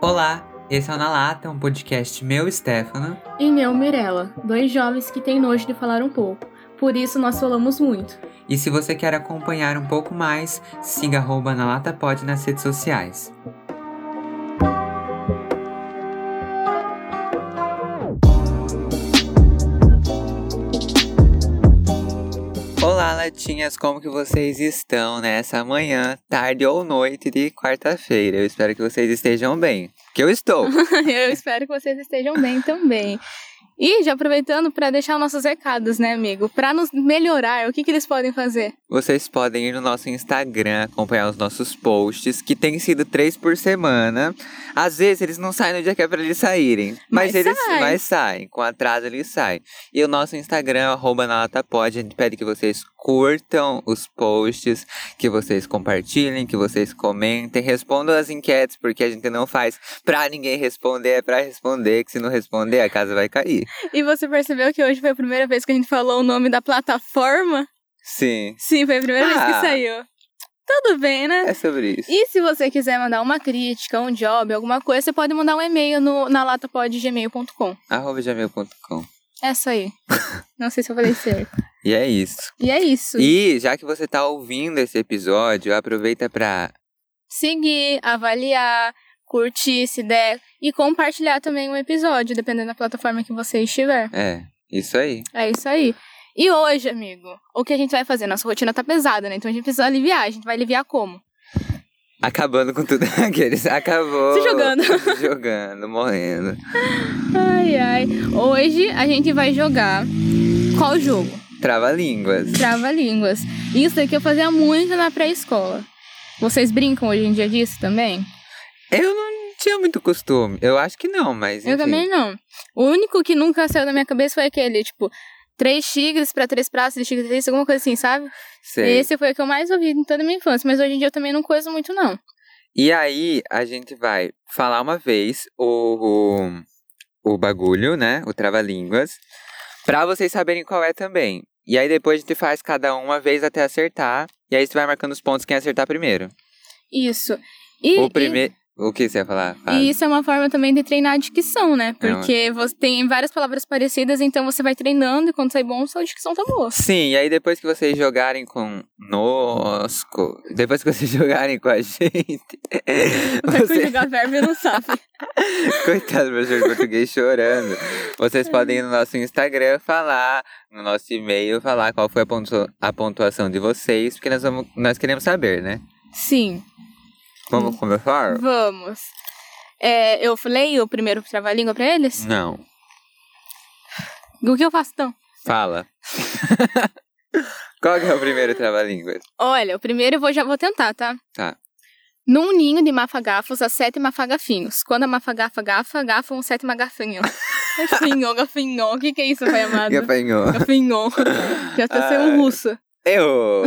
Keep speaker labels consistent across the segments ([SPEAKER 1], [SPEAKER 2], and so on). [SPEAKER 1] Olá, esse é o Na Lata, um podcast meu, Stefano.
[SPEAKER 2] E meu, Mirella, dois jovens que têm nojo de falar um pouco. Por isso nós falamos muito.
[SPEAKER 1] E se você quer acompanhar um pouco mais, siga arroba na Lata Pod nas redes sociais. Olá, latinhas, como que vocês estão nessa manhã, tarde ou noite de quarta-feira? Eu espero que vocês estejam bem, que eu estou.
[SPEAKER 2] Eu espero que vocês estejam bem também. E já aproveitando para deixar nossos recados, né, amigo? Para nos melhorar, o que, que eles podem fazer?
[SPEAKER 1] Vocês podem ir no nosso Instagram, acompanhar os nossos posts, que tem sido três por semana. Às vezes eles não saem no dia que é pra eles saírem. Mas,
[SPEAKER 2] Mas
[SPEAKER 1] eles
[SPEAKER 2] sai.
[SPEAKER 1] mas saem, com atraso eles saem. E o nosso Instagram, é arroba na lata pode, a gente pede que vocês curtam os posts, que vocês compartilhem, que vocês comentem, respondam as enquetes, porque a gente não faz pra ninguém responder, é pra responder, que se não responder a casa vai cair.
[SPEAKER 2] E você percebeu que hoje foi a primeira vez que a gente falou o nome da plataforma?
[SPEAKER 1] Sim,
[SPEAKER 2] Sim, foi a primeira vez
[SPEAKER 1] Ah.
[SPEAKER 2] que saiu. Tudo bem, né?
[SPEAKER 1] é sobre isso.
[SPEAKER 2] E se você quiser mandar uma crítica, um job, alguma coisa, você pode mandar um e-mail no nalatapodgmail.com.
[SPEAKER 1] arroba gmail.com.
[SPEAKER 2] Essa É aí. Não sei se eu falei certo.
[SPEAKER 1] E é isso.
[SPEAKER 2] E é isso.
[SPEAKER 1] E já que você tá ouvindo esse episódio, aproveita pra.
[SPEAKER 2] Seguir, avaliar, curtir se der e compartilhar também um episódio, dependendo da plataforma que você estiver.
[SPEAKER 1] É, isso aí.
[SPEAKER 2] É isso aí. E hoje, amigo, o que a gente vai fazer? Nossa rotina tá pesada, né? Então a gente precisa aliviar. A gente vai aliviar como?
[SPEAKER 1] Acabando com tudo aqueles. Acabou.
[SPEAKER 2] Se jogando.
[SPEAKER 1] Se jogando, morrendo.
[SPEAKER 2] Ai, ai. Hoje a gente vai jogar qual jogo?
[SPEAKER 1] Trava-línguas.
[SPEAKER 2] Trava-línguas. Isso aqui eu fazia muito na pré-escola. Vocês brincam hoje em dia disso também?
[SPEAKER 1] Eu não tinha muito costume. Eu acho que não, mas.
[SPEAKER 2] Eu
[SPEAKER 1] enfim.
[SPEAKER 2] também não. O único que nunca saiu da minha cabeça foi aquele, tipo, três tigres pra três praças, três tigres, três, alguma coisa assim, sabe?
[SPEAKER 1] Sei.
[SPEAKER 2] Esse foi o que eu mais ouvi em toda a minha infância, mas hoje em dia eu também não coiso muito, não.
[SPEAKER 1] E aí, a gente vai falar uma vez o, o, o bagulho, né? O trava-línguas. Pra vocês saberem qual é também. E aí depois a gente faz cada um uma vez até acertar. E aí você vai marcando os pontos quem acertar primeiro.
[SPEAKER 2] Isso. E,
[SPEAKER 1] o
[SPEAKER 2] e-
[SPEAKER 1] primeiro. O que você ia falar? Ah, Fábio?
[SPEAKER 2] E isso é uma forma também de treinar a dicção,
[SPEAKER 1] É
[SPEAKER 2] né? Porque você tem várias palavras parecidas, então você vai treinando e quando sai bom, sua dicção tá boa.
[SPEAKER 1] Sim, e aí depois que vocês jogarem conosco, depois que vocês jogarem com a gente,
[SPEAKER 2] Vai
[SPEAKER 1] você-
[SPEAKER 2] conjugar verbo e não sabe.
[SPEAKER 1] coitado do professor de português chorando,
[SPEAKER 2] É.
[SPEAKER 1] vocês podem ir no nosso Instagram falar, no nosso e-mail falar qual foi a, pontua- a pontuação de vocês, porque nós, vamos, nós queremos saber, né?
[SPEAKER 2] Sim, Hum.
[SPEAKER 1] Vamos começar?
[SPEAKER 2] vamos. É, eu falei o primeiro trava-língua pra eles?
[SPEAKER 1] Não. Hum.
[SPEAKER 2] O que eu faço então?
[SPEAKER 1] Fala. qual que é o primeiro trava-língua?
[SPEAKER 2] Olha, o primeiro eu vou, já vou tentar, tá?
[SPEAKER 1] Tá.
[SPEAKER 2] Num ninho de mafagafos há sete mafagafinhos. Quando a mafagafa gafa, gafam sete magafinhos. Gafinhão, gafinhão. O que, que é isso, pai amado?
[SPEAKER 1] Gafanhou.
[SPEAKER 2] Gafinhão. Já tá sendo
[SPEAKER 1] Ai.
[SPEAKER 2] um russo.
[SPEAKER 1] Eu!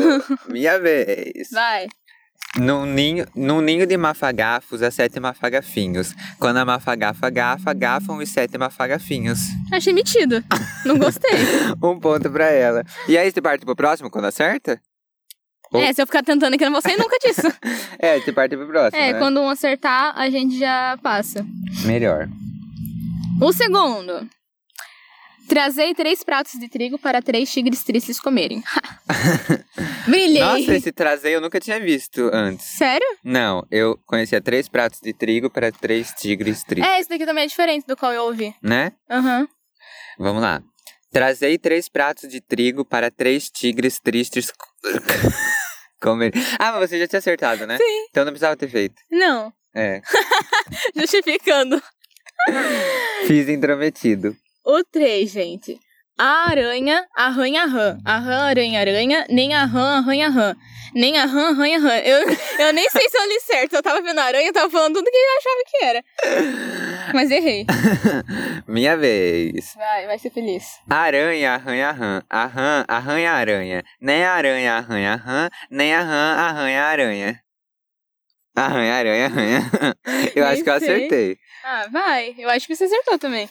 [SPEAKER 1] Minha vez!
[SPEAKER 2] Vai.
[SPEAKER 1] Num ninho, num ninho de mafagafos há sete mafagafinhos. Quando a mafagafa gafa, gafam os sete mafagafinhos.
[SPEAKER 2] Achei metido. Não gostei.
[SPEAKER 1] Um ponto pra ela. E aí você parte pro próximo quando acerta? Ou-
[SPEAKER 2] É, se eu ficar tentando aqui, eu não vou sair nunca disso.
[SPEAKER 1] É, você parte pro próximo.
[SPEAKER 2] é,
[SPEAKER 1] né?
[SPEAKER 2] quando um acertar, a gente já passa.
[SPEAKER 1] Melhor.
[SPEAKER 2] O segundo. Trazei três pratos de trigo para três tigres tristes comerem. Brilhei!
[SPEAKER 1] Nossa, esse trazer eu nunca tinha visto antes.
[SPEAKER 2] Sério?
[SPEAKER 1] Não, eu conhecia três pratos de trigo para três tigres tristes,
[SPEAKER 2] É, esse daqui também é diferente do qual eu ouvi.
[SPEAKER 1] né?
[SPEAKER 2] Aham.
[SPEAKER 1] Vamos lá. Trazei três pratos de trigo para três tigres tristes co- comer. Ah, mas você já tinha acertado, né? Sim. Então não precisava ter feito.
[SPEAKER 2] Não,
[SPEAKER 1] É.
[SPEAKER 2] justificando.
[SPEAKER 1] Fiz intrometido.
[SPEAKER 2] O três, gente. A aranha arranha a rã. A rã aranha aranha, nem a rã arranha a rã. Nem a rã arranha a rã. Eu, eu nem sei se eu li certo. Eu tava vendo a aranha, eu tava falando tudo que eu achava que era. Mas errei.
[SPEAKER 1] Minha vez.
[SPEAKER 2] Vai, vai ser feliz.
[SPEAKER 1] Aranha, arranha, rã. A rã, arranha, aranha. Nem aranha, arranha, rã. Nem a rã, arranha, aranha. Arranha, aranha, arranha. Eu
[SPEAKER 2] Nem
[SPEAKER 1] acho que eu
[SPEAKER 2] sei.
[SPEAKER 1] acertei.
[SPEAKER 2] Ah, vai. Eu acho que você acertou também.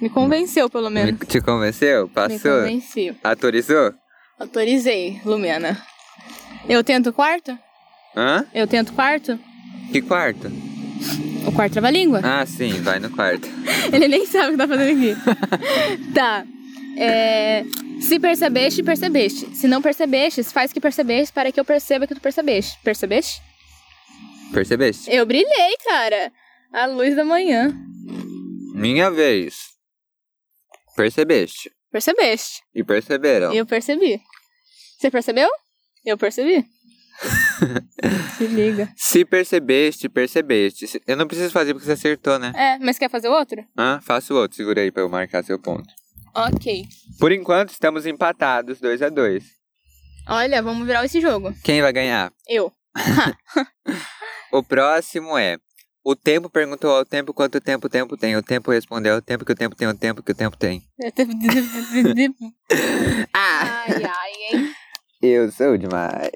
[SPEAKER 2] Me convenceu, pelo
[SPEAKER 1] Me-
[SPEAKER 2] menos.
[SPEAKER 1] te convenceu?
[SPEAKER 2] Me
[SPEAKER 1] Passou?
[SPEAKER 2] convenceu.
[SPEAKER 1] Autorizou?
[SPEAKER 2] Autorizei, Lumena. Eu tento quarto?
[SPEAKER 1] Hã?
[SPEAKER 2] Eu tento quarto?
[SPEAKER 1] Que quarto?
[SPEAKER 2] O quarto trava-língua.
[SPEAKER 1] Ah, sim, vai no quarto.
[SPEAKER 2] Ele nem sabe o que tá fazendo aqui. tá. É, se percebeste, percebeste. Se não percebestes, faz que percebeste para que eu perceba que tu percebeste. Percebeste?
[SPEAKER 1] Percebeste?
[SPEAKER 2] Eu brilhei, cara. A luz da manhã.
[SPEAKER 1] Minha vez. Percebeste.
[SPEAKER 2] Percebeste.
[SPEAKER 1] E perceberam.
[SPEAKER 2] Eu percebi. Você percebeu? Eu percebi. se liga.
[SPEAKER 1] Se percebeste, percebeste. Se- Eu não preciso fazer porque você acertou, né?
[SPEAKER 2] É, mas quer fazer outro?
[SPEAKER 1] Ah, faça o outro, segura aí pra eu marcar seu ponto.
[SPEAKER 2] Ok.
[SPEAKER 1] Por enquanto, estamos empatados, 2 a 2
[SPEAKER 2] Olha, vamos virar esse jogo.
[SPEAKER 1] Quem vai ganhar?
[SPEAKER 2] Eu.
[SPEAKER 1] O próximo é. O tempo perguntou ao tempo quanto tempo o tempo tem. O tempo respondeu ao tempo que o tempo tem, o tempo que o tempo tem. Ah!
[SPEAKER 2] ai, ai, hein?
[SPEAKER 1] Eu sou demais.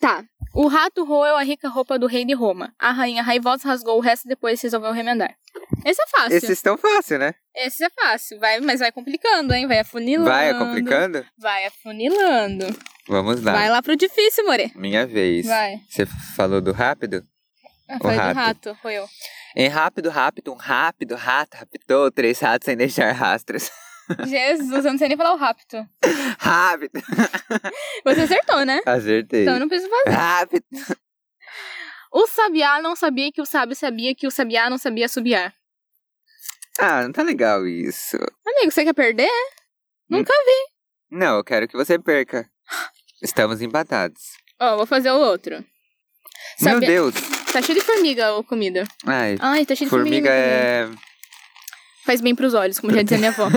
[SPEAKER 2] Tá. O rato roeu a rica roupa do rei de Roma. A rainha raivosa rasgou o resto e depois resolveu remendar. Esse é fácil.
[SPEAKER 1] Esses estão fácil, né?
[SPEAKER 2] Esse é fácil. Vai, mas vai complicando, hein? Vai afunilando.
[SPEAKER 1] Vai, é complicando?
[SPEAKER 2] Vai afunilando.
[SPEAKER 1] Vamos lá.
[SPEAKER 2] né? Vai lá pro difícil, more.
[SPEAKER 1] Minha vez.
[SPEAKER 2] Vai.
[SPEAKER 1] Você falou do rápido?
[SPEAKER 2] Ah,
[SPEAKER 1] O
[SPEAKER 2] Foi do
[SPEAKER 1] rato.
[SPEAKER 2] rato, foi eu.
[SPEAKER 1] Em rápido, rápido, um rápido, rato, raptou três ratos sem deixar rastros.
[SPEAKER 2] Jesus, eu não sei nem falar o rapto.
[SPEAKER 1] Rápido.
[SPEAKER 2] Você acertou, né?
[SPEAKER 1] Acertei.
[SPEAKER 2] Então eu não preciso fazer.
[SPEAKER 1] Rápido.
[SPEAKER 2] O sabiá não sabia que o sábio sabia que o sabiá não sabia subiar.
[SPEAKER 1] Ah, não tá legal isso.
[SPEAKER 2] Amigo, você quer perder? Nunca
[SPEAKER 1] Não, eu quero que você perca. Estamos empatados.
[SPEAKER 2] Ó, vou fazer o outro.
[SPEAKER 1] Meu
[SPEAKER 2] Sabiá-
[SPEAKER 1] Deus.
[SPEAKER 2] Tá cheio de formiga a comida.
[SPEAKER 1] Ai,
[SPEAKER 2] Ai, tá cheio de formiga.
[SPEAKER 1] formiga
[SPEAKER 2] na comida.
[SPEAKER 1] é...
[SPEAKER 2] Faz bem pros olhos, como já dizia minha avó.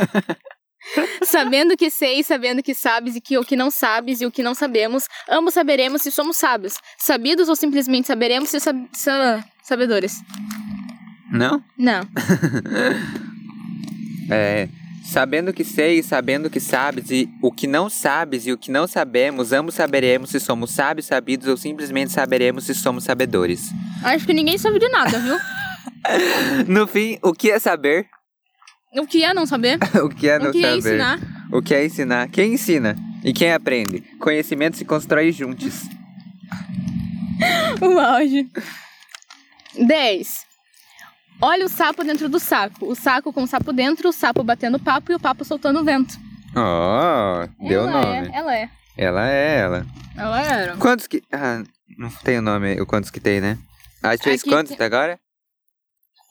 [SPEAKER 2] sabendo que sei, sabendo que sabes e que o que não sabes e o que não sabemos, ambos saberemos se somos sábios. Sabidos ou simplesmente saberemos se sab sa- sabedores.
[SPEAKER 1] Não?
[SPEAKER 2] Não.
[SPEAKER 1] É... Sabendo o que sei, sabendo o que sabes, e o que não sabes e o que não sabemos, ambos saberemos se somos sábios, sabidos ou simplesmente saberemos se somos sabedores.
[SPEAKER 2] Acho que ninguém sabe de nada, viu?
[SPEAKER 1] No fim, o que é saber?
[SPEAKER 2] O que é não saber?
[SPEAKER 1] O que é não
[SPEAKER 2] o que é
[SPEAKER 1] saber?
[SPEAKER 2] ensinar?
[SPEAKER 1] O que é ensinar? Quem ensina? E quem aprende? Conhecimento se constrói juntos.
[SPEAKER 2] O auge. 10. Olha o sapo dentro do saco. O saco com o sapo dentro, o sapo batendo papo e o papo soltando o vento.
[SPEAKER 1] Oh, deu
[SPEAKER 2] ela
[SPEAKER 1] nome.
[SPEAKER 2] É, ela é.
[SPEAKER 1] Ela é ela.
[SPEAKER 2] Ela era.
[SPEAKER 1] Quantos que. Ah, não tem o nome, aí, o quantos que tem, né? A gente fez
[SPEAKER 2] Aqui
[SPEAKER 1] quantos
[SPEAKER 2] tem-
[SPEAKER 1] até agora?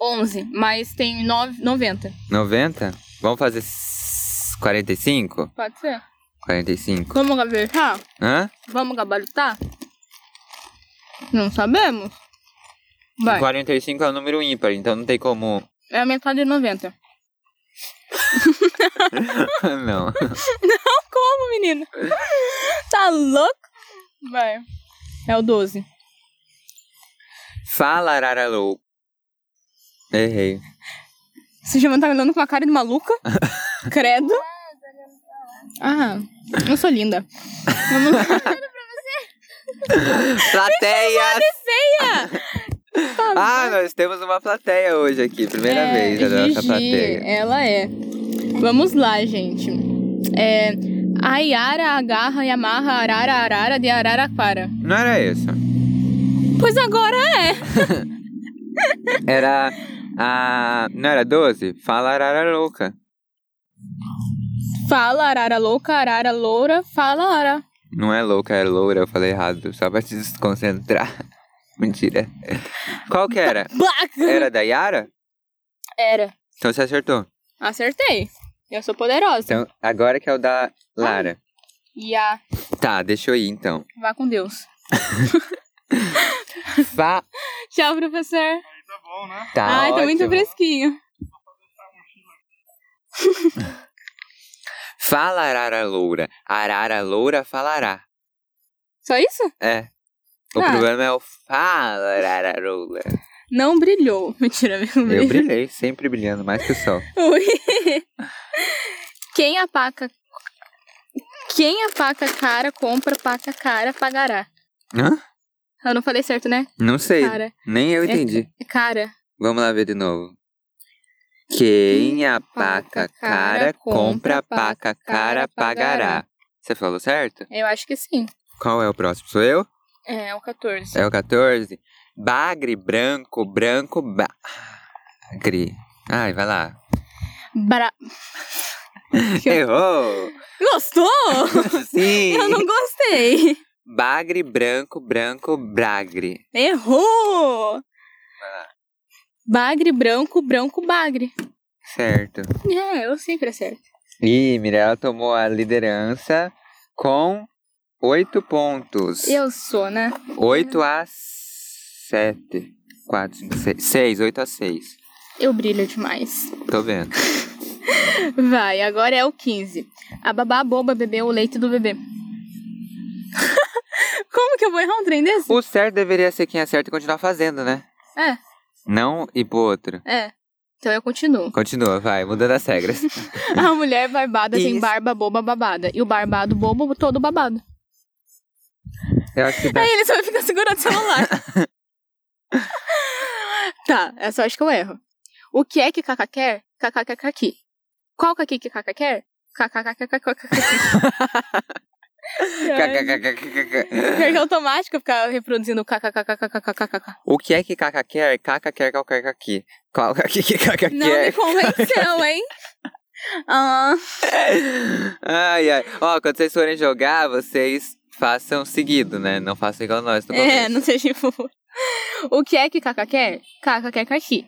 [SPEAKER 2] 11, mas tem 9, 90.
[SPEAKER 1] 90? Vamos fazer s- 45?
[SPEAKER 2] Pode ser.
[SPEAKER 1] 45.
[SPEAKER 2] Vamos gabaritar?
[SPEAKER 1] Hã?
[SPEAKER 2] tá? Vamos gabaritar? Não sabemos. Vai.
[SPEAKER 1] 45 é o número ímpar, então não tem como.
[SPEAKER 2] É a metade de 90.
[SPEAKER 1] não.
[SPEAKER 2] Como, menino? tá louco? Vai. É o 12.
[SPEAKER 1] Fala, Araralou. Errei.
[SPEAKER 2] Esse Giovanni tá me olhando com uma cara de maluca. Credo. Ah, eu sou linda. Vamos lá.
[SPEAKER 1] Plateia!
[SPEAKER 2] Tá,
[SPEAKER 1] Ah, nós temos uma plateia hoje aqui, primeira
[SPEAKER 2] É,
[SPEAKER 1] vez tá a nossa
[SPEAKER 2] Gigi,
[SPEAKER 1] plateia.
[SPEAKER 2] Ela é. Vamos lá, gente. É, a Yara agarra e amarra a arara arara de Araraquara.
[SPEAKER 1] Não era isso.
[SPEAKER 2] Pois agora é.
[SPEAKER 1] Era a. Não era 12? Fala arara louca.
[SPEAKER 2] Fala arara louca, arara loura, fala ara.
[SPEAKER 1] Não é louca, é loura, eu falei errado. Só pra te desconcentrar. Mentira. Qual que era?
[SPEAKER 2] Black!
[SPEAKER 1] Era da Yara?
[SPEAKER 2] Era.
[SPEAKER 1] Então você acertou.
[SPEAKER 2] Acertei. Eu sou poderosa.
[SPEAKER 1] Então agora que é o da Lara.
[SPEAKER 2] Ya.
[SPEAKER 1] Tá, deixa eu ir então.
[SPEAKER 2] Vá com Deus.
[SPEAKER 1] Fa...
[SPEAKER 2] Tchau, professor.
[SPEAKER 1] Tá,
[SPEAKER 2] Ai, tá muito
[SPEAKER 1] ótimo.
[SPEAKER 2] fresquinho.
[SPEAKER 1] Fala arara loura. Arara loura falará.
[SPEAKER 2] Só isso?
[SPEAKER 1] É. O
[SPEAKER 2] Ah.
[SPEAKER 1] problema é o fala arara loura.
[SPEAKER 2] Não brilhou. Mentira, meu
[SPEAKER 1] Eu brilhei, sempre brilhando, mais que o sol.
[SPEAKER 2] Ui. Quem apaca. Quem apaca cara, compra, paca cara, pagará.
[SPEAKER 1] Hã?
[SPEAKER 2] Eu não falei certo, né?
[SPEAKER 1] Não sei.
[SPEAKER 2] Cara.
[SPEAKER 1] Nem eu entendi.
[SPEAKER 2] É cara.
[SPEAKER 1] Vamos lá ver de novo. Quem apaca cara, compra paca cara, pagará. Você falou certo?
[SPEAKER 2] Eu acho que sim.
[SPEAKER 1] Qual é o próximo? Sou eu?
[SPEAKER 2] É, é o 14.
[SPEAKER 1] É o 14? Bagre, branco, branco, bagre. Ai, vai lá.
[SPEAKER 2] Bra... Que
[SPEAKER 1] Errou!
[SPEAKER 2] Gostou?
[SPEAKER 1] Sim!
[SPEAKER 2] Eu não gostei.
[SPEAKER 1] Bagre, branco, branco, bragre.
[SPEAKER 2] Errou! Bagre, branco, branco, bagre.
[SPEAKER 1] Certo.
[SPEAKER 2] É, eu sempre acerto.
[SPEAKER 1] E Mirella tomou a liderança com oito pontos.
[SPEAKER 2] Eu sou, né?
[SPEAKER 1] 8 a 7. 4, 5, 6. 6, 8 a 6.
[SPEAKER 2] Eu brilho demais.
[SPEAKER 1] Tô vendo.
[SPEAKER 2] Vai, agora é o 15. A babá boba bebeu o leite do bebê. Como que eu vou errar um trem desse?
[SPEAKER 1] O certo deveria ser quem acerta e continuar fazendo, né?
[SPEAKER 2] É.
[SPEAKER 1] Não ir pro outro.
[SPEAKER 2] É. Então eu continuo.
[SPEAKER 1] Continua, vai, mudando as regras.
[SPEAKER 2] A mulher barbada tem
[SPEAKER 1] Isso.
[SPEAKER 2] barba boba babada. E o barbado bobo todo babado.
[SPEAKER 1] Eu acho que dá.
[SPEAKER 2] Aí ele só vai ficar segurando o celular. tá, é só acho que eu erro. O que é que Kaká quer? Kaká quer caqui. Qual caqui que Kaká quer? KKKKKKKKKK.
[SPEAKER 1] KKKKKK.
[SPEAKER 2] Porque é automático ficar reproduzindo o kkkkkkkkk.
[SPEAKER 1] O que é que Kaka quer? Kaka quer qualquer aqui. Qual que que Kaka
[SPEAKER 2] Não me
[SPEAKER 1] quer?
[SPEAKER 2] convenceu, hein? Ah,
[SPEAKER 1] Ai, ai. Ó, quando vocês forem jogar, vocês façam seguido, né? Não façam igual nós. no
[SPEAKER 2] é,
[SPEAKER 1] começo.
[SPEAKER 2] não seja info. O que é que Kaká quer? Kaká quer caqui.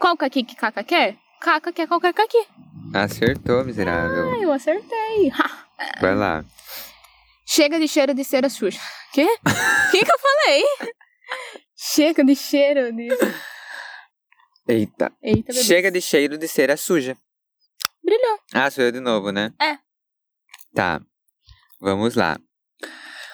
[SPEAKER 2] Qual caqui que Kaká quer? Kaká quer qualquer caqui.
[SPEAKER 1] Acertou, miserável.
[SPEAKER 2] Ah, eu acertei. Ha.
[SPEAKER 1] Vai lá.
[SPEAKER 2] Chega de cheiro de cera suja. Quê? O que que eu falei? Chega de cheiro de...
[SPEAKER 1] Eita.
[SPEAKER 2] Eita, bebê.
[SPEAKER 1] Chega de cheiro de cera suja.
[SPEAKER 2] Brilhou.
[SPEAKER 1] Ah, sou eu de novo, né?
[SPEAKER 2] É.
[SPEAKER 1] Tá. Vamos lá.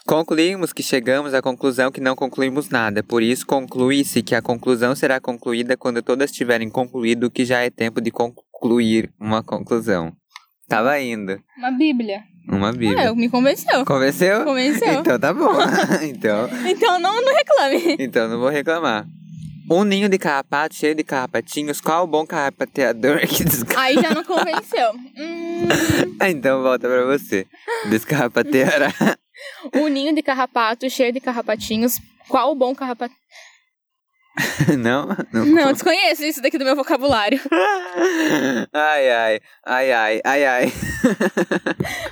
[SPEAKER 1] Concluímos que chegamos à conclusão que não concluímos nada, por isso conclui-se que a conclusão será concluída quando todas tiverem concluído que já é tempo de concluir uma conclusão. Tava indo.
[SPEAKER 2] Uma bíblia.
[SPEAKER 1] Uma
[SPEAKER 2] Ah,
[SPEAKER 1] bíblia.
[SPEAKER 2] eu- me convenceu.
[SPEAKER 1] Convenceu?
[SPEAKER 2] Convenceu.
[SPEAKER 1] Então tá bom. então,
[SPEAKER 2] Então não, não reclame.
[SPEAKER 1] então não vou reclamar. Um ninho de carrapato cheio de carrapatinhos, qual o bom carrapateador que descarga?
[SPEAKER 2] Aí já não convenceu. Hum,
[SPEAKER 1] Ah, Então volta pra você. Descarrapateará.
[SPEAKER 2] um ninho de carrapato cheio de carrapatinhos. Qual o bom carrapato?
[SPEAKER 1] Não? Não.
[SPEAKER 2] Não, desconheço isso daqui do meu vocabulário.
[SPEAKER 1] Ai, ai, ai, ai, ai, ai.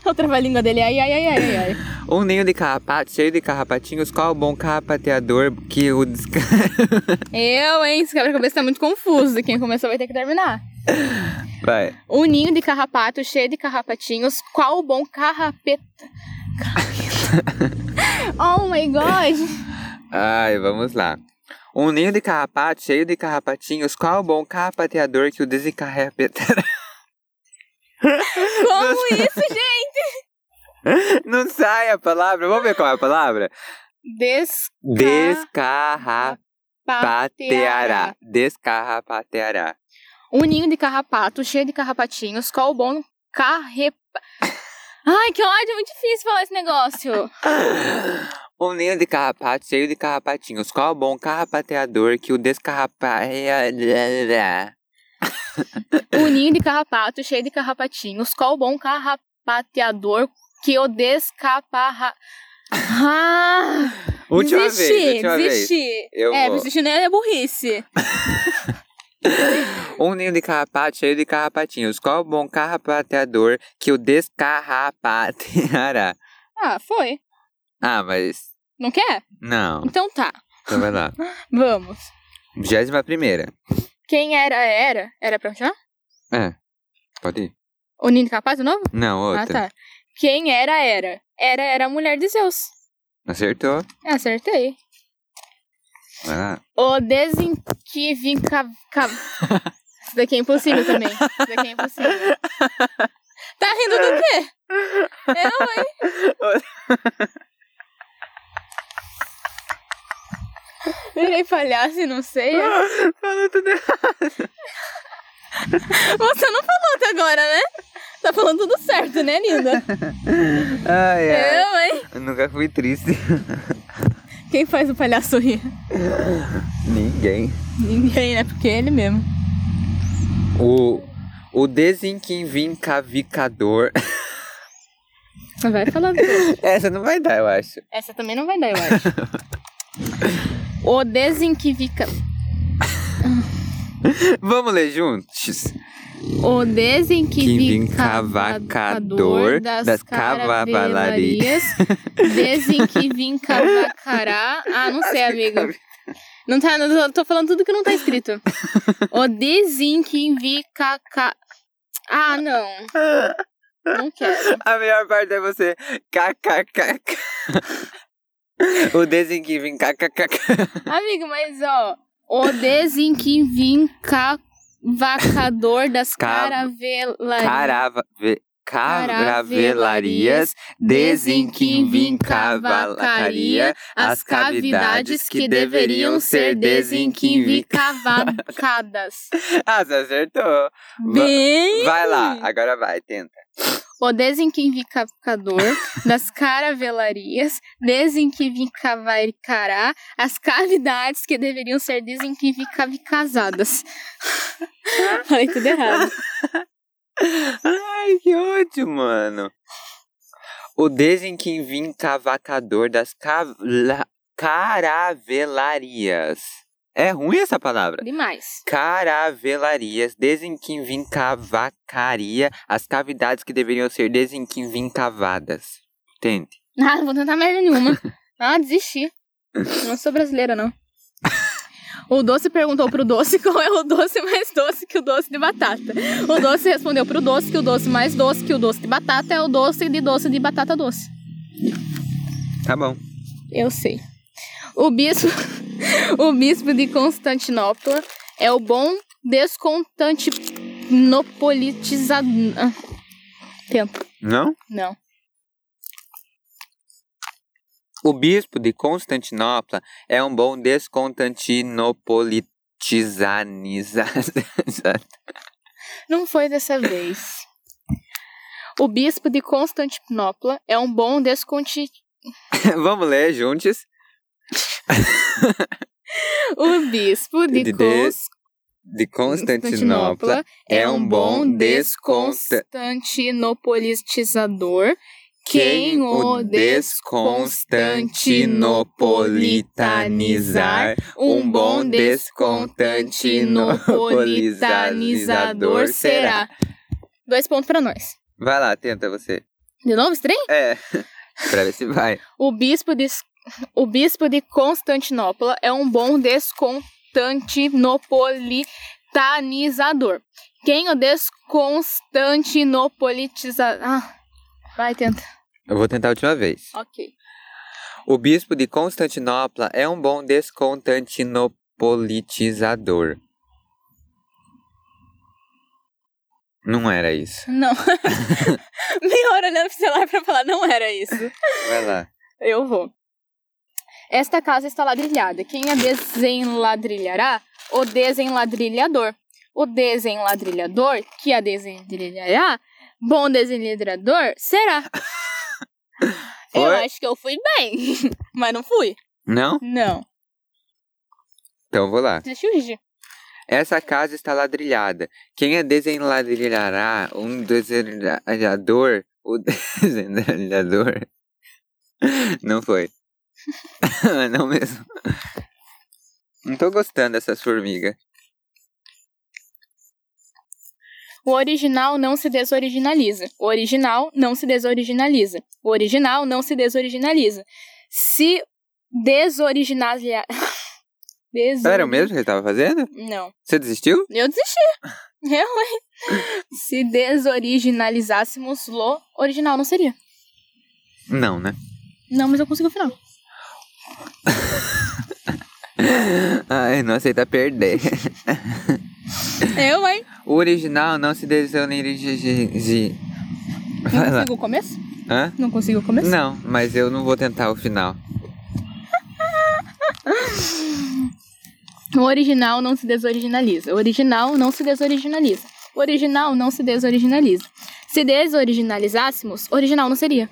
[SPEAKER 2] Eu trava a língua dele. Ai, ai, ai, ai, ai. ai.
[SPEAKER 1] Um ninho de carrapato, cheio de carrapatinhos, qual o bom carrapateador que o desca...
[SPEAKER 2] Eu, hein? Esse quebra-cabeça tá muito confuso. Quem começou vai ter que terminar.
[SPEAKER 1] Vai.
[SPEAKER 2] Um ninho de carrapato cheio de carrapatinhos. Qual o bom carrapeta? oh my god!
[SPEAKER 1] Ai, vamos lá. Um ninho de carrapato, cheio de carrapatinhos, qual o bom carrapateador que o desencarrapateará?
[SPEAKER 2] Como isso, gente?
[SPEAKER 1] Não sai a palavra. Vamos ver qual é a palavra? Descarrapateará.
[SPEAKER 2] Despateará.
[SPEAKER 1] Descarrapateará.
[SPEAKER 2] Um ninho de carrapato cheio de carrapatinhos. Qual o bom carrepa. Ai, que ódio, é muito difícil falar esse negócio.
[SPEAKER 1] Um ninho de carrapato cheio de carrapatinhos. Qual o bom carrapateador que o descarrapateará?
[SPEAKER 2] Um ninho de carrapato cheio de carrapatinhos. Qual o bom carrapateador que eu descaparra. Ah!
[SPEAKER 1] Última
[SPEAKER 2] desistir,
[SPEAKER 1] vez, última vez.
[SPEAKER 2] desistir.
[SPEAKER 1] Eu
[SPEAKER 2] é,
[SPEAKER 1] vou.
[SPEAKER 2] desistir não é burrice.
[SPEAKER 1] Um ninho de carrapato cheio de carrapatinhos. Qual o bom carrapateador que o descarrapateará?
[SPEAKER 2] Ah, foi.
[SPEAKER 1] Ah, mas.
[SPEAKER 2] Não quer?
[SPEAKER 1] Não.
[SPEAKER 2] Então tá.
[SPEAKER 1] Então vai lá.
[SPEAKER 2] Vamos.
[SPEAKER 1] 21 primeira.
[SPEAKER 2] Quem era, era? Era pra continuar?
[SPEAKER 1] É. Pode ir?
[SPEAKER 2] O Nino Capaz de novo?
[SPEAKER 1] Não, outra.
[SPEAKER 2] Ah, tá. Quem era, era? Era, era a mulher de Zeus.
[SPEAKER 1] Acertou.
[SPEAKER 2] Acertei.
[SPEAKER 1] Vai lá.
[SPEAKER 2] O desinquivinca... ca- Isso daqui é impossível também. Isso daqui é impossível. Tá rindo do quê? Eu, hein? Virei palhaço e não sei.
[SPEAKER 1] Falou tudo errado.
[SPEAKER 2] Você não falou até agora, né? Tá falando tudo certo, né, linda?
[SPEAKER 1] Ai, ai.
[SPEAKER 2] Eu, hein?
[SPEAKER 1] Eu nunca fui triste.
[SPEAKER 2] Quem faz o palhaço rir?
[SPEAKER 1] Ninguém.
[SPEAKER 2] Ninguém, né? Porque é ele mesmo.
[SPEAKER 1] O, o desenquivincavicador.
[SPEAKER 2] Vai falar do outro.
[SPEAKER 1] Essa não vai dar, eu acho.
[SPEAKER 2] Essa também não vai dar, eu acho. o desinquivica...
[SPEAKER 1] Vamos ler juntos?
[SPEAKER 2] O
[SPEAKER 1] Desenquivincavacador
[SPEAKER 2] desenquivincavacador das,
[SPEAKER 1] das
[SPEAKER 2] cavavalarias. Desenquivincavacará. Ah, não sei, amigo. Não tá, não, tô falando tudo que não tá escrito. O desinquivicaca... Ah, não. Não quero.
[SPEAKER 1] A melhor parte é você. KKKK. O desenquivim KKKK.
[SPEAKER 2] Amigo, mas ó. O desinquivincavacador das
[SPEAKER 1] Ca-
[SPEAKER 2] caravelarias.
[SPEAKER 1] Carava... ve- Caravelarias, desinquivincavalacaria, as cavidades que deveriam ser
[SPEAKER 2] desinquivicavacadas.
[SPEAKER 1] Ah, você acertou.
[SPEAKER 2] Bem!
[SPEAKER 1] Vai lá, agora vai, tenta.
[SPEAKER 2] O desinquivicador das caravelarias desinquivicavacará as cavidades que deveriam ser desinquivicavicasadas. Falei tudo errado.
[SPEAKER 1] Ai, que ódio, mano. O desenquivincavacador das cavla- caravelarias. É ruim essa palavra?
[SPEAKER 2] Demais.
[SPEAKER 1] Caravelarias, desinquivincavacaria, as cavidades que deveriam ser desinquivincavadas. Tente.
[SPEAKER 2] Nada, Ah, não vou tentar merda nenhuma. Ah, desisti. Não sou brasileira, não. O doce perguntou pro doce qual é o doce mais doce que o doce de batata. O doce respondeu pro doce que o doce mais doce que o doce de batata é o doce de doce de batata doce.
[SPEAKER 1] Tá bom.
[SPEAKER 2] Eu sei. O bispo, o bispo de Constantinopla é o bom descontantinopolitizador. Tenta.
[SPEAKER 1] Não?
[SPEAKER 2] Não.
[SPEAKER 1] O bispo de Constantinopla é um bom descontantinopolitizaniza.
[SPEAKER 2] Não foi dessa vez. O bispo de Constantinopla é um bom desconti...
[SPEAKER 1] Vamos ler juntos.
[SPEAKER 2] O bispo de,
[SPEAKER 1] De
[SPEAKER 2] Cons-
[SPEAKER 1] De Constantinopla
[SPEAKER 2] Constantinopla é um bom
[SPEAKER 1] desconta-
[SPEAKER 2] desconstantinopolitizador. Quem o
[SPEAKER 1] desconstantinopolitanizar, um bom descontantinopolitanizador
[SPEAKER 2] descontantinopolitanizador será. Dois pontos pra nós.
[SPEAKER 1] Vai lá, tenta você.
[SPEAKER 2] De novo, esse trem?
[SPEAKER 1] É. pra ver se vai.
[SPEAKER 2] O bispo de, o bispo de Constantinopla é um bom descontantinopolitanizador. Quem o desconstantinopolitiza... Ah, vai, tenta.
[SPEAKER 1] Eu vou tentar a última vez.
[SPEAKER 2] Ok.
[SPEAKER 1] O bispo de Constantinopla é um bom descontantinopolitizador. Não era isso.
[SPEAKER 2] Não. Meia hora olhando pro celular pra falar, não era isso.
[SPEAKER 1] Vai lá.
[SPEAKER 2] Eu vou. Esta casa está ladrilhada. Quem a desenladrilhará? O desenladrilhador. O desenladrilhador que a desenladrilhará, bom desenladrilhador, será. Eu
[SPEAKER 1] Foi?
[SPEAKER 2] acho que eu fui bem, mas não fui.
[SPEAKER 1] Não?
[SPEAKER 2] Não.
[SPEAKER 1] Então vou lá.
[SPEAKER 2] Deixa eu ir.
[SPEAKER 1] Essa casa está ladrilhada. Quem a desenladrilhará? Um desenladrilhador? O desenladrilhador? Não foi. Não mesmo. Não tô gostando dessas formigas.
[SPEAKER 2] O original não se desoriginaliza. O original não se desoriginaliza. O original não se desoriginaliza. Se desoriginaliza. Desor...
[SPEAKER 1] Era o mesmo que ele tava fazendo?
[SPEAKER 2] Não.
[SPEAKER 1] Você desistiu?
[SPEAKER 2] Eu desisti. Realmente. Se desoriginalizássemos Lo, original não seria.
[SPEAKER 1] Não, né?
[SPEAKER 2] Não, mas eu consigo o final.
[SPEAKER 1] Ai, não aceita perder.
[SPEAKER 2] Eu, hein?
[SPEAKER 1] O original não se desonerigizi.
[SPEAKER 2] Não
[SPEAKER 1] Vai lá.
[SPEAKER 2] consigo o começo?
[SPEAKER 1] Hã?
[SPEAKER 2] Não consigo o começo?
[SPEAKER 1] Não, mas eu não vou tentar o final.
[SPEAKER 2] O original não se desoriginaliza. O original não se desoriginaliza. O original não se desoriginaliza. Se desoriginalizássemos, original não seria.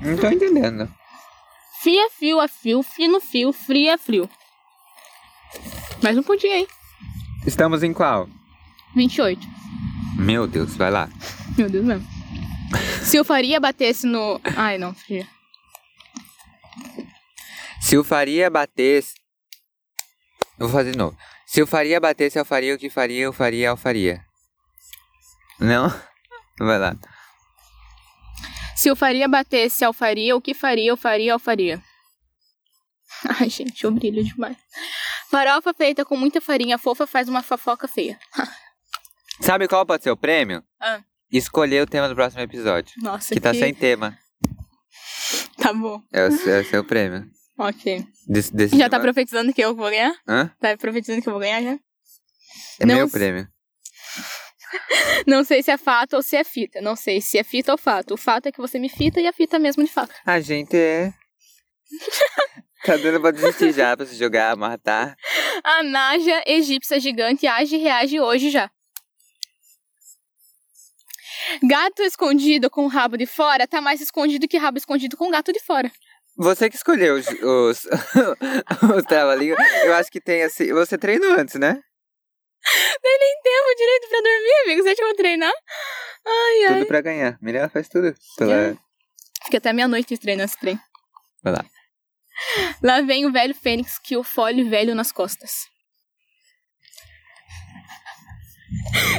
[SPEAKER 1] Não tô entendendo.
[SPEAKER 2] Fia, fio, a fio, fino, fio, fria, frio. Mais um pontinho, hein?
[SPEAKER 1] Estamos em qual?
[SPEAKER 2] 28.
[SPEAKER 1] Meu Deus, vai lá.
[SPEAKER 2] Meu Deus mesmo. Se o Faria batesse no. Ai, não, Faria.
[SPEAKER 1] Se o Faria batesse. Eu vou fazer de novo. Se o Faria batesse, eu faria o que faria, eu faria, eu faria. Não? Vai lá.
[SPEAKER 2] Se o Faria batesse ao Faria, o que faria, eu faria ao Faria. Ai, gente, eu brilho demais. Farofa feita com muita farinha fofa faz uma fofoca feia.
[SPEAKER 1] Sabe qual pode ser o prêmio?
[SPEAKER 2] Ah.
[SPEAKER 1] Escolher o tema do próximo episódio.
[SPEAKER 2] Nossa,
[SPEAKER 1] Que tá sem tema.
[SPEAKER 2] Tá bom,
[SPEAKER 1] É o, é o seu prêmio.
[SPEAKER 2] ok.
[SPEAKER 1] Desse, desse
[SPEAKER 2] Já tá
[SPEAKER 1] negócio.
[SPEAKER 2] profetizando que eu vou ganhar?
[SPEAKER 1] Hã?
[SPEAKER 2] Tá profetizando que eu vou ganhar já?
[SPEAKER 1] É
[SPEAKER 2] Não
[SPEAKER 1] meu
[SPEAKER 2] se-
[SPEAKER 1] prêmio.
[SPEAKER 2] Não sei se é fato ou se é fita. Não sei se é fita ou fato. O fato é que você me fita e a fita é mesmo de fato.
[SPEAKER 1] A gente é. tá dando pra desistir já, pra se jogar, matar.
[SPEAKER 2] A Naja egípcia gigante age e reage hoje já. Gato escondido com rabo de fora tá mais escondido que rabo escondido com gato de fora. Tá
[SPEAKER 1] Você que escolheu os, os, os trava-língua. Eu acho que tem assim. Você treinou antes, né?
[SPEAKER 2] Tempo direito pra dormir, amigos. Deixa eu treinar. Ai, ai.
[SPEAKER 1] Tudo pra ganhar. Melhor faz tudo. Pela...
[SPEAKER 2] Fica até meia-noite treinando esse trem.
[SPEAKER 1] Vai lá.
[SPEAKER 2] Lá vem o velho Fênix que o fole velho nas costas.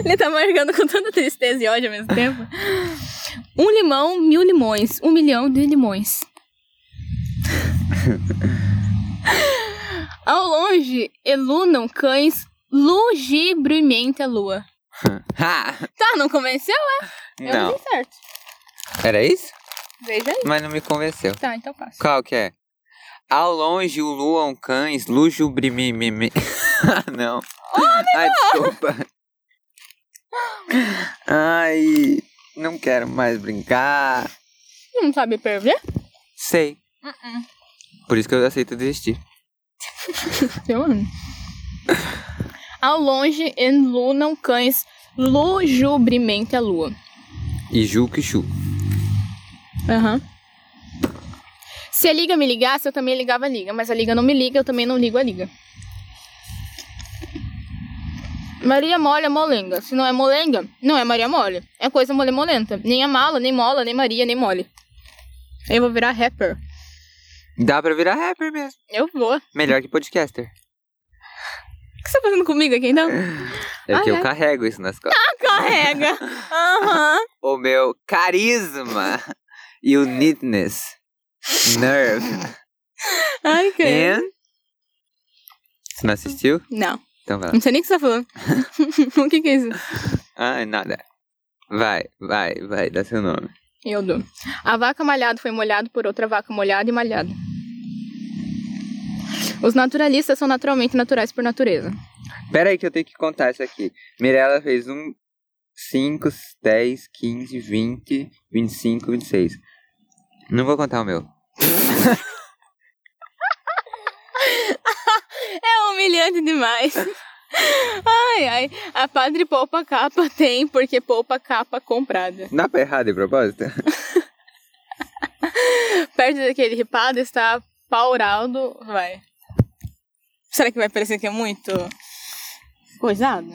[SPEAKER 2] Ele tá marcando com tanta tristeza e ódio ao mesmo tempo. Um limão, mil limões. Um milhão de limões. Ao longe, elunam cães lugibriamente a lua.
[SPEAKER 1] Ha!
[SPEAKER 2] Tá, não convenceu? Eu
[SPEAKER 1] Ah, Não.
[SPEAKER 2] dei certo.
[SPEAKER 1] Era isso?
[SPEAKER 2] Veja aí.
[SPEAKER 1] Mas não me convenceu.
[SPEAKER 2] Tá, então passa.
[SPEAKER 1] Qual que é? Ao longe o luam cães, lujubrimimimi. ah, não. Ai, desculpa. Ai, não quero mais brincar.
[SPEAKER 2] Não sabe perder?
[SPEAKER 1] Sei. Por isso que eu aceito desistir.
[SPEAKER 2] Eu amo. Ao longe, enlunam cães lujubremente a lua.
[SPEAKER 1] E Ju que Chu.
[SPEAKER 2] Aham. Se a liga me ligasse, eu também ligava a liga. Mas a liga não me liga, eu também não ligo a liga. Maria mole é molenga. Se não é molenga, não é Maria mole. É coisa mole molenta. Nem a mala, nem mola, nem Maria, nem mole. Eu vou virar rapper.
[SPEAKER 1] Dá pra virar rapper mesmo.
[SPEAKER 2] Eu vou. O
[SPEAKER 1] Melhor que podcaster.
[SPEAKER 2] que você tá fazendo comigo aqui então?
[SPEAKER 1] É que
[SPEAKER 2] Ah,
[SPEAKER 1] eu
[SPEAKER 2] é?
[SPEAKER 1] carrego isso nas costas.
[SPEAKER 2] Carrega! Aham.
[SPEAKER 1] O meu carisma e o neatness. Nerve.
[SPEAKER 2] Ai, credo.
[SPEAKER 1] And... Você não assistiu?
[SPEAKER 2] Não.
[SPEAKER 1] Então vai lá.
[SPEAKER 2] Não sei nem o que você tá falando. o que, que é isso?
[SPEAKER 1] Ah, nada. Vai, vai, vai, dá seu nome.
[SPEAKER 2] Eu dou. A vaca malhada foi molhada por outra vaca molhada e malhada. Os naturalistas são naturalmente naturais por natureza.
[SPEAKER 1] Pera aí que eu tenho que contar isso aqui. Mirella fez um 5, 10, 15, 20, 25, 26. Não vou contar o meu.
[SPEAKER 2] É humilhante demais. Ai, ai. A padre poupa capa tem porque poupa capa comprada.
[SPEAKER 1] Dá pra errar de propósito?
[SPEAKER 2] Perto daquele ripado está Pauraldo. Vai. Será que vai parecer que é muito coisado?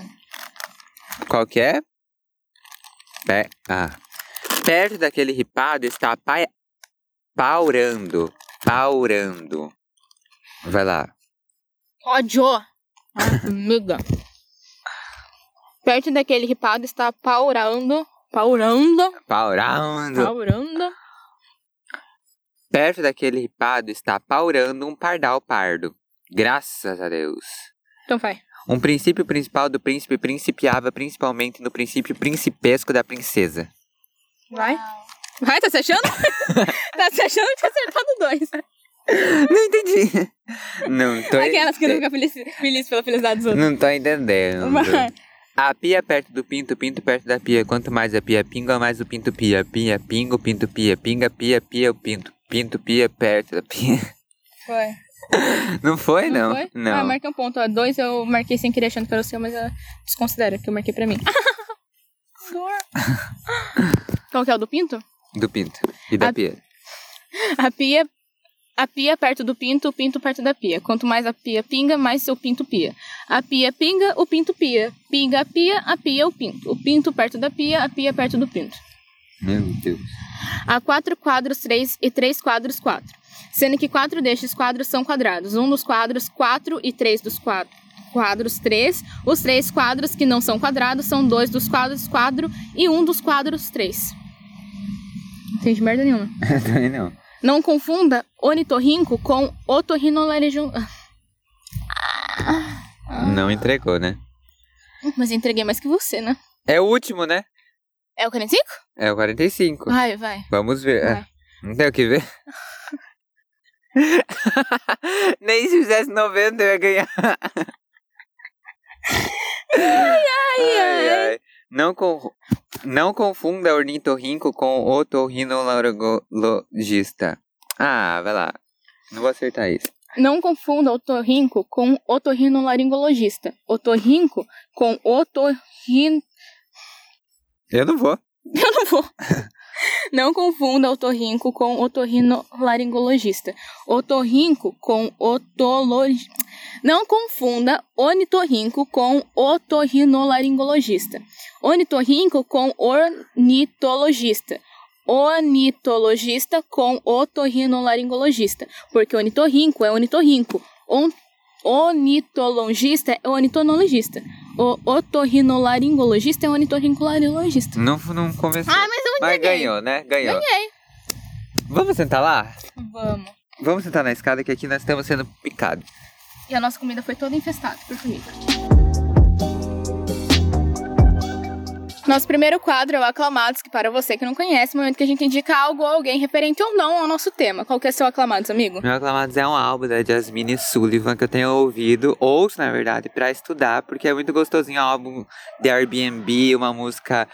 [SPEAKER 1] Qual que é? Pé. Ah. Perto daquele ripado está pai... paurando. Paurando. Vai lá.
[SPEAKER 2] Ódio! Amiga. Perto daquele ripado está paurando. Paurando.
[SPEAKER 1] Paurando.
[SPEAKER 2] Paurando.
[SPEAKER 1] Perto daquele ripado está paurando um pardal pardo. Graças a Deus.
[SPEAKER 2] Então vai.
[SPEAKER 1] Um princípio principal do príncipe principiava principalmente no princípio principesco da princesa.
[SPEAKER 2] Vai. Vai, tá se achando? tá se achando que tinha acertado dois.
[SPEAKER 1] Não entendi. Não tô,
[SPEAKER 2] Aquelas que não
[SPEAKER 1] ente-
[SPEAKER 2] ficam felizes feliz pela felicidade dos outros.
[SPEAKER 1] não tô entendendo.
[SPEAKER 2] Vai.
[SPEAKER 1] A pia é perto do pinto, pinto perto da pia. Quanto mais a pia pinga, mais o pinto pia. Pia, pingo, pinto pia. Pinga, pia, pia, o pinto. Pinto pia perto da pia.
[SPEAKER 2] Foi.
[SPEAKER 1] Não foi, não?
[SPEAKER 2] Foi? Ah, marquei um ponto. ó. Dois eu marquei sem querer achando que era o seu, mas eu desconsidero, porque eu marquei pra mim. Dor. Qual que é o do pinto?
[SPEAKER 1] Do pinto. E da
[SPEAKER 2] A-
[SPEAKER 1] pia.
[SPEAKER 2] A pia, a pia perto do pinto, o pinto perto da pia. Quanto mais a pia pinga, mais seu pinto pia. A pia pinga, o pinto pia. Pinga a pia, a pia o pinto. O pinto perto da pia, a pia perto do pinto.
[SPEAKER 1] Meu Deus.
[SPEAKER 2] Há quatro quadros, três e três quadros, quatro. Sendo que quatro destes quadros são quadrados. Um dos quadros, quatro e três dos quadros. Quadros três. Os três quadros que não são quadrados são dois dos quadros, quadro e um dos quadros, três. Não Entende merda nenhuma.
[SPEAKER 1] Também não.
[SPEAKER 2] Não confunda onitorrinco com Ah, otorrinolaringologista.
[SPEAKER 1] Não entregou, né?
[SPEAKER 2] Mas eu entreguei mais que você, né?
[SPEAKER 1] É o último, né?
[SPEAKER 2] É o 45?
[SPEAKER 1] É o 45.
[SPEAKER 2] Vai, vai.
[SPEAKER 1] Vamos ver. É,
[SPEAKER 2] vai.
[SPEAKER 1] Não tem o que ver. Nem se fizesse 90 eu ia ganhar.
[SPEAKER 2] Ai, ai.
[SPEAKER 1] Não, con- não confunda ornitorrinco com otorrinolaringologista. Ah, vai lá. Não vou acertar isso.
[SPEAKER 2] Não confunda otorrinco com otorrinolaringologista. Otorrinco com otorrin...
[SPEAKER 1] Eu não vou.
[SPEAKER 2] Eu não vou. Não confunda otorrinco com otorrinolaringologista. Otorrinco com otolog... Não confunda onitorrinco com otorrinolaringologista. Onitorrinco com ornitologista. Onitologista com otorrinolaringologista. Porque onitorrinco é onitorrinco. On... Onitologista é ornitologista. O otorrinolaringologista é ornitorrinolaringologista.
[SPEAKER 1] Não, não começou.
[SPEAKER 2] Ah, mas eu
[SPEAKER 1] Mas
[SPEAKER 2] entreguei.
[SPEAKER 1] ganhou, né? Ganhou.
[SPEAKER 2] Ganhei.
[SPEAKER 1] Vamos sentar lá?
[SPEAKER 2] Vamos.
[SPEAKER 1] Vamos sentar na escada que aqui nós estamos sendo picados.
[SPEAKER 2] E a nossa comida foi toda infestada por formiga. Nosso primeiro quadro é o Aclamados, que para você que não conhece, é o momento que a gente indica algo ou alguém referente ou não ao nosso tema. Qual que é seu Aclamados, amigo?
[SPEAKER 1] Meu Aclamados é um álbum da Jasmine Sullivan que eu tenho ouvido, ouço na verdade, pra estudar, porque é muito gostosinho. É um álbum de Airbnb, uma música.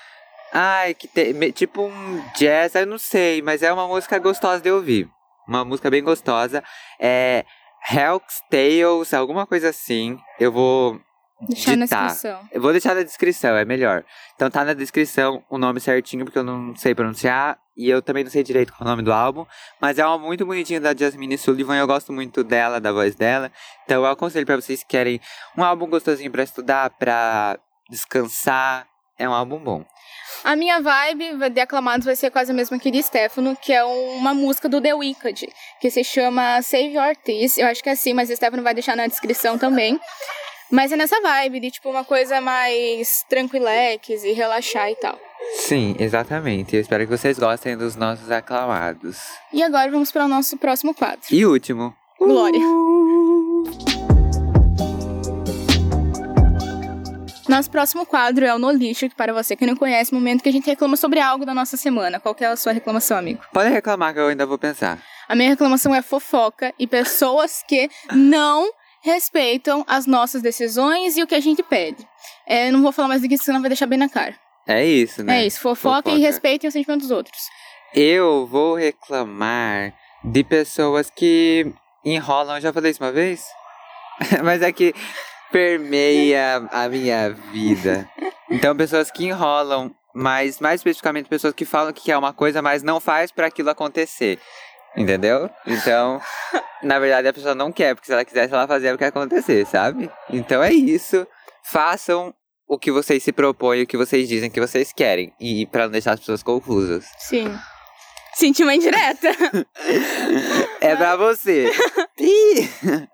[SPEAKER 1] Ai, que te- me- tipo um jazz, eu não sei, mas é uma música gostosa de ouvir. Uma música bem gostosa. É Hell's Tales, alguma coisa assim. Eu vou.
[SPEAKER 2] Deixar na
[SPEAKER 1] ditar.
[SPEAKER 2] descrição.
[SPEAKER 1] Eu vou deixar na descrição, é melhor. Então tá na descrição o nome certinho, porque eu não sei pronunciar. E eu também não sei direito qual é o nome do álbum. Mas é um álbum muito bonitinho da Jasmine Sullivan. Eu gosto muito dela, da voz dela. Então eu aconselho pra vocês que querem um álbum gostosinho pra estudar, pra descansar. É um álbum bom.
[SPEAKER 2] A minha vibe vai- de Aclamados vai ser quase a mesma que de Stefano, que é uma música do The Wicked, que se chama Save Your Tears. Eu acho que é assim, mas o Stefano vai deixar na descrição também. Mas é nessa vibe de, tipo, uma coisa mais tranquilex e relaxar e tal.
[SPEAKER 1] Sim, exatamente. Eu espero que vocês gostem dos nossos aclamados.
[SPEAKER 2] E agora vamos para o nosso próximo quadro.
[SPEAKER 1] E último.
[SPEAKER 2] Glória. Nosso próximo quadro é o No Lixo, que para você que não conhece, é o momento que a gente reclama sobre algo da nossa semana. Qual que é a sua reclamação, amigo?
[SPEAKER 1] Podem reclamar que eu ainda vou pensar.
[SPEAKER 2] A minha reclamação é fofoca e pessoas que não respeitam as nossas decisões e o que a gente pede. É, eu não vou falar mais do que isso, senão vai deixar bem na cara.
[SPEAKER 1] É isso, né?
[SPEAKER 2] É isso, fofoca,
[SPEAKER 1] Fofoca.
[SPEAKER 2] e respeitem os sentimentos dos outros.
[SPEAKER 1] Eu vou reclamar de pessoas que enrolam, eu já falei isso uma vez? Mas é que permeia a minha vida. Então, pessoas que enrolam, mas mais especificamente pessoas que falam que quer uma coisa, mas não faz pra aquilo acontecer. Entendeu? Então, na verdade, a pessoa não quer, porque se ela quisesse, ela fazia o que acontecer, sabe? Então é isso. Façam o que vocês se propõem, o que vocês dizem que vocês querem. E pra não deixar as pessoas confusas.
[SPEAKER 2] Sim. Senti uma indireta.
[SPEAKER 1] É pra você. Ih!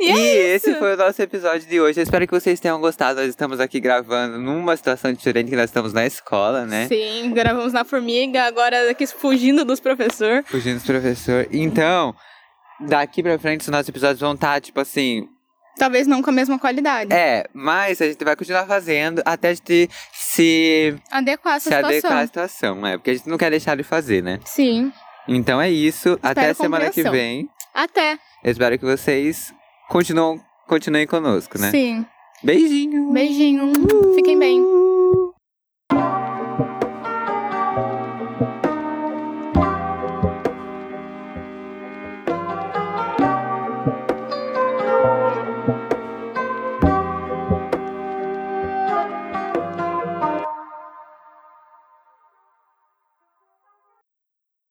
[SPEAKER 2] E
[SPEAKER 1] e esse
[SPEAKER 2] isso.
[SPEAKER 1] foi o nosso episódio de hoje. Eu espero que vocês tenham gostado. Nós estamos aqui gravando numa situação diferente que nós estamos na escola, né?
[SPEAKER 2] Sim, gravamos na formiga, agora aqui fugindo dos professor.
[SPEAKER 1] Fugindo do professor. Então, daqui pra frente os nossos episódios vão estar, tipo assim,
[SPEAKER 2] Talvez não com a mesma qualidade.
[SPEAKER 1] é, mas a gente vai continuar fazendo até a gente se,
[SPEAKER 2] Adequar essa
[SPEAKER 1] se
[SPEAKER 2] situação.
[SPEAKER 1] adequar à situação, é. Porque a gente não quer deixar de fazer, né?
[SPEAKER 2] Sim.
[SPEAKER 1] Então é isso. até a semana que
[SPEAKER 2] compreensão.
[SPEAKER 1] vem.
[SPEAKER 2] Até.
[SPEAKER 1] Eu espero que vocês continuam, continuem conosco, né?
[SPEAKER 2] Sim.
[SPEAKER 1] Beijinho!
[SPEAKER 2] Beijinho. Fiquem bem.